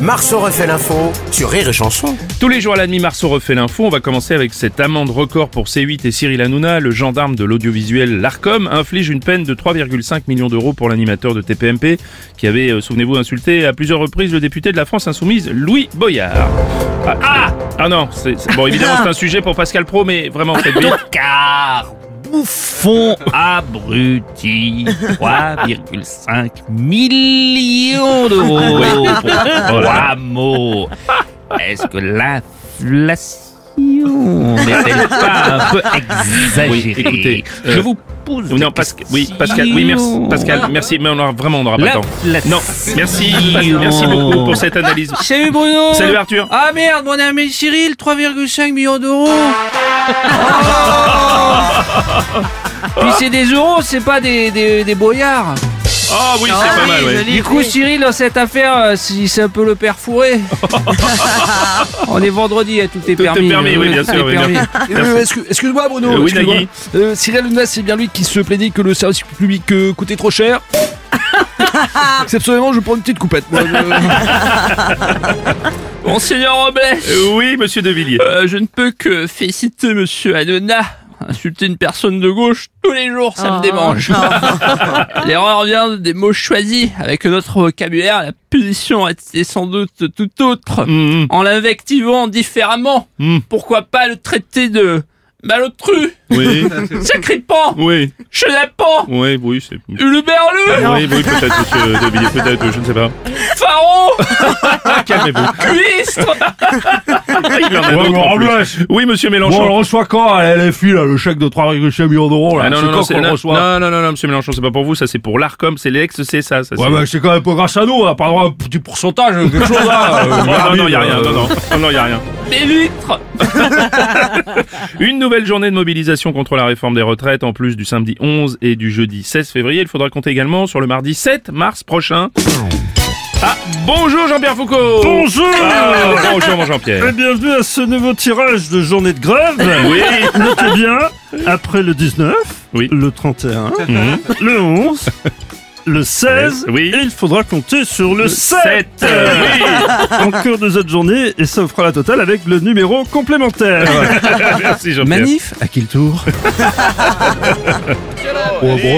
Marceau refait l'info sur Rire et Chanson. Tous les jours à la demi, Marceau refait l'info. On va commencer avec cette amende record pour C8 et Cyril Hanouna. Le gendarme de l'audiovisuel, l'ARCOM, inflige une peine de 3,5 millions d'euros pour l'animateur de TPMP qui avait, euh, souvenez-vous, insulté à plusieurs reprises le député de la France Insoumise, Louis Boyard. Ah, ah, ah non, c'est, c'est- bon, évidemment, c'est un sujet pour Pascal Pro, mais vraiment, faites vite. Car bouffon abruti 3,5 millions d'euros pour trois mots. Est-ce que l'inflation n'est-elle pas un peu exagérée Oui, écoutez, euh, je vous pose des Non, Ah. Pascal, oui, Pascal, oui, merci, questions. Pascal, merci, mais on aura vraiment, on n'aura pas le temps. L'inflation. Non, merci, Pascal, merci beaucoup pour cette analyse. Salut Bruno Salut Arthur. Ah merde, mon ami Cyril, 3,5 millions d'euros Oh Puis c'est des euros, c'est pas des, des, des boyards Oh oui, c'est pas mal, ouais. Du coup Cyril, dans cette affaire, euh, si c'est un peu le père fourré On est vendredi, hein, tout est Tout est permis permis, oui, bien sûr, tout est oui, bien permis. Euh, excu- Excuse-moi Bruno. Euh, oui, excuse-moi. Nagui. Euh, Cyril Hanouna, c'est bien lui qui se plaignait que le service public euh, coûtait trop cher. Exceptionnellement, je prends une petite coupette. moi, je- Monseigneur Robles, Euh, Oui, monsieur De Villiers. euh, je ne peux que féliciter monsieur Hanouna. Insulter une personne de gauche tous les Oh. jours, ça me démange. L'erreur vient des mots choisis. Avec notre vocabulaire, la punition a été sans doute tout autre. Mhm. En l'invectivant différemment, Mm. pourquoi pas le traiter de malotru, Oui, sacripant, oui, chenapan, oui, oui, c'est. huluberlu, Oui, oui, peut-être, monsieur De Villiers, peut-être, je ne sais pas. pharaon, Ah, calmez-vous. cuistre. Ah, Il en a d'autres en plus. Oui, monsieur Mélenchon. reçoit quand à la LFI là, le chèque de 3,5 millions d'euros Ah, non, C'est non, non, quand c'est- qu'on le non, non, non, non, non, monsieur Mélenchon, c'est pas pour vous, ça c'est pour l'ARCOM, c'est l'ex, c'est ça. ça c'est- Ouais, bah, c'est quand même pas grâce à nous, on a pas le droit à un petit pourcentage, quelque chose là. Oh, non, non, y a rien, non, non, non, non, y a rien. Des vitres. Une nouvelle journée de mobilisation contre la réforme des retraites, en plus du samedi 11 et du jeudi 16 février. Il faudra compter également sur le mardi 7 mars prochain. Ah, bonjour Jean-Pierre Foucault Bonjour Ah, Bonjour mon Jean-Pierre Et bienvenue à ce nouveau tirage de journée de grève. Oui Notez bien, après le 19, Oui. le 31, Mhm. le 11, le 16, Oui. et il faudra compter sur le, 7. 7 euh, Oui Encore deux autres journées, et ça vous fera la totale avec le numéro complémentaire. Merci Jean-Pierre. Manif À qui le tour alors, Attendez,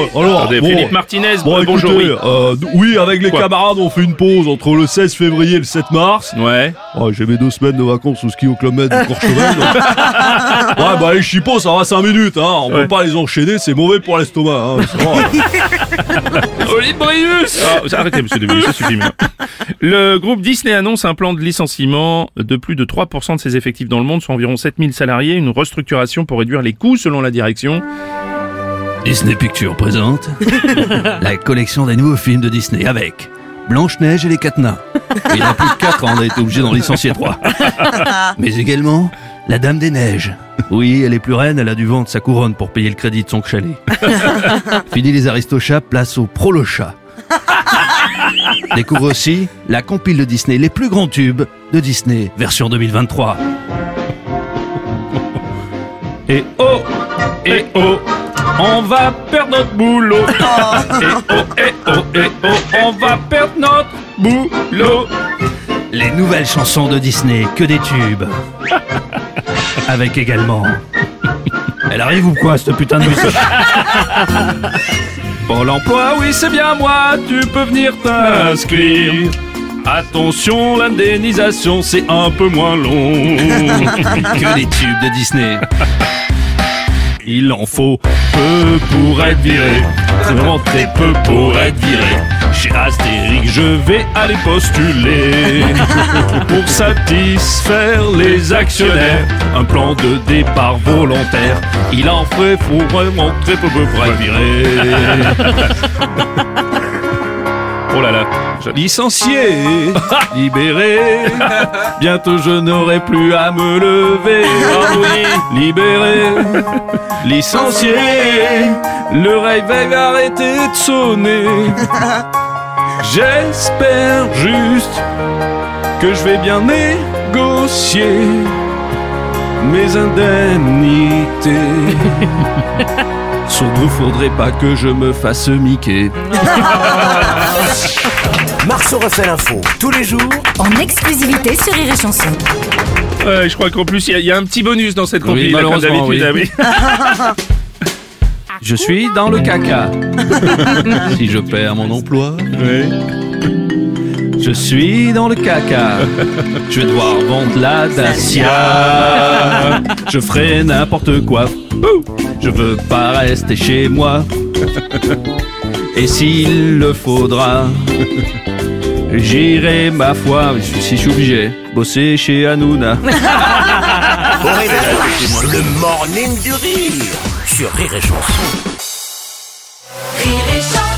Ah, bon. Philippe Martinez, Bon, euh, bonjour. écoutez, euh, d- oui, avec les Quoi camarades, on fait une pause entre le 16 février et le 7 mars. oui. Ouais. Oh, j'ai mes deux semaines de vacances au ski au Club Med de Courchevel. donc. ouais, bah les chipots, ça va 5 minutes. Hein. On Ouais. peut pas les enchaîner, c'est mauvais pour l'estomac. Hein. C'est vrai. Olibrius. Ah, arrêtez, monsieur Deville, ça suffit maintenant. hein. Le groupe Disney annonce un plan de licenciement de plus de 3% de ses effectifs dans le monde, soit environ 7000 salariés, une restructuration pour réduire les coûts selon la direction. Disney Pictures présente la collection des nouveaux films de Disney avec Blanche-Neige et les Quatre Nains. Il y a plus de 4 ans, on a été obligé d'en licencier 3. Mais également la Dame des Neiges. Oui, elle est plus reine, elle a dû vendre sa couronne pour payer le crédit de son chalet. Fini les aristochats, place au prolochats. Découvre aussi la compile de Disney, les plus grands tubes de Disney, version 2023. Et oh, et oh, on va perdre notre boulot. Et oh, et oh, et oh, on va perdre notre boulot. Les nouvelles chansons de Disney, que des tubes. Avec également. Elle arrive ou quoi, cette putain de musique Pôle emploi, oui, c'est bien moi, tu peux venir t'inscrire. Attention, l'indemnisation, c'est un peu moins long. Que des tubes de Disney. Il en faut peu pour être viré. C'est vraiment très peu pour être viré. Chez Astérix, je vais aller postuler pour satisfaire les actionnaires. Un plan de départ volontaire. Il en ferait pour vraiment très peu pour être viré. Oh là là. Licencié Libéré, bientôt je n'aurai plus à me lever. Ah oui, libéré, licencié, le réveil va arrêter de sonner. J'espère juste que je vais bien négocier mes indemnités. Surtout faudrait pas que je me fasse miquer. Marceau refait l'info tous les jours En exclusivité sur Rire et Chanson. Ouais, je crois qu'en plus, il y a- il y, a un petit bonus dans cette compilation. malheureusement, Je suis dans le caca. Si je perds mon emploi, Je suis dans le caca. Je vais devoir vendre la Dacia. Je ferai n'importe quoi. Je veux pas rester chez moi. Et s'il le faudra, j'irai ma foi, si je suis obligé, bosser chez Hanouna. au réveil. Le morning du rire sur Rire et Chanson. Rire et Chanson.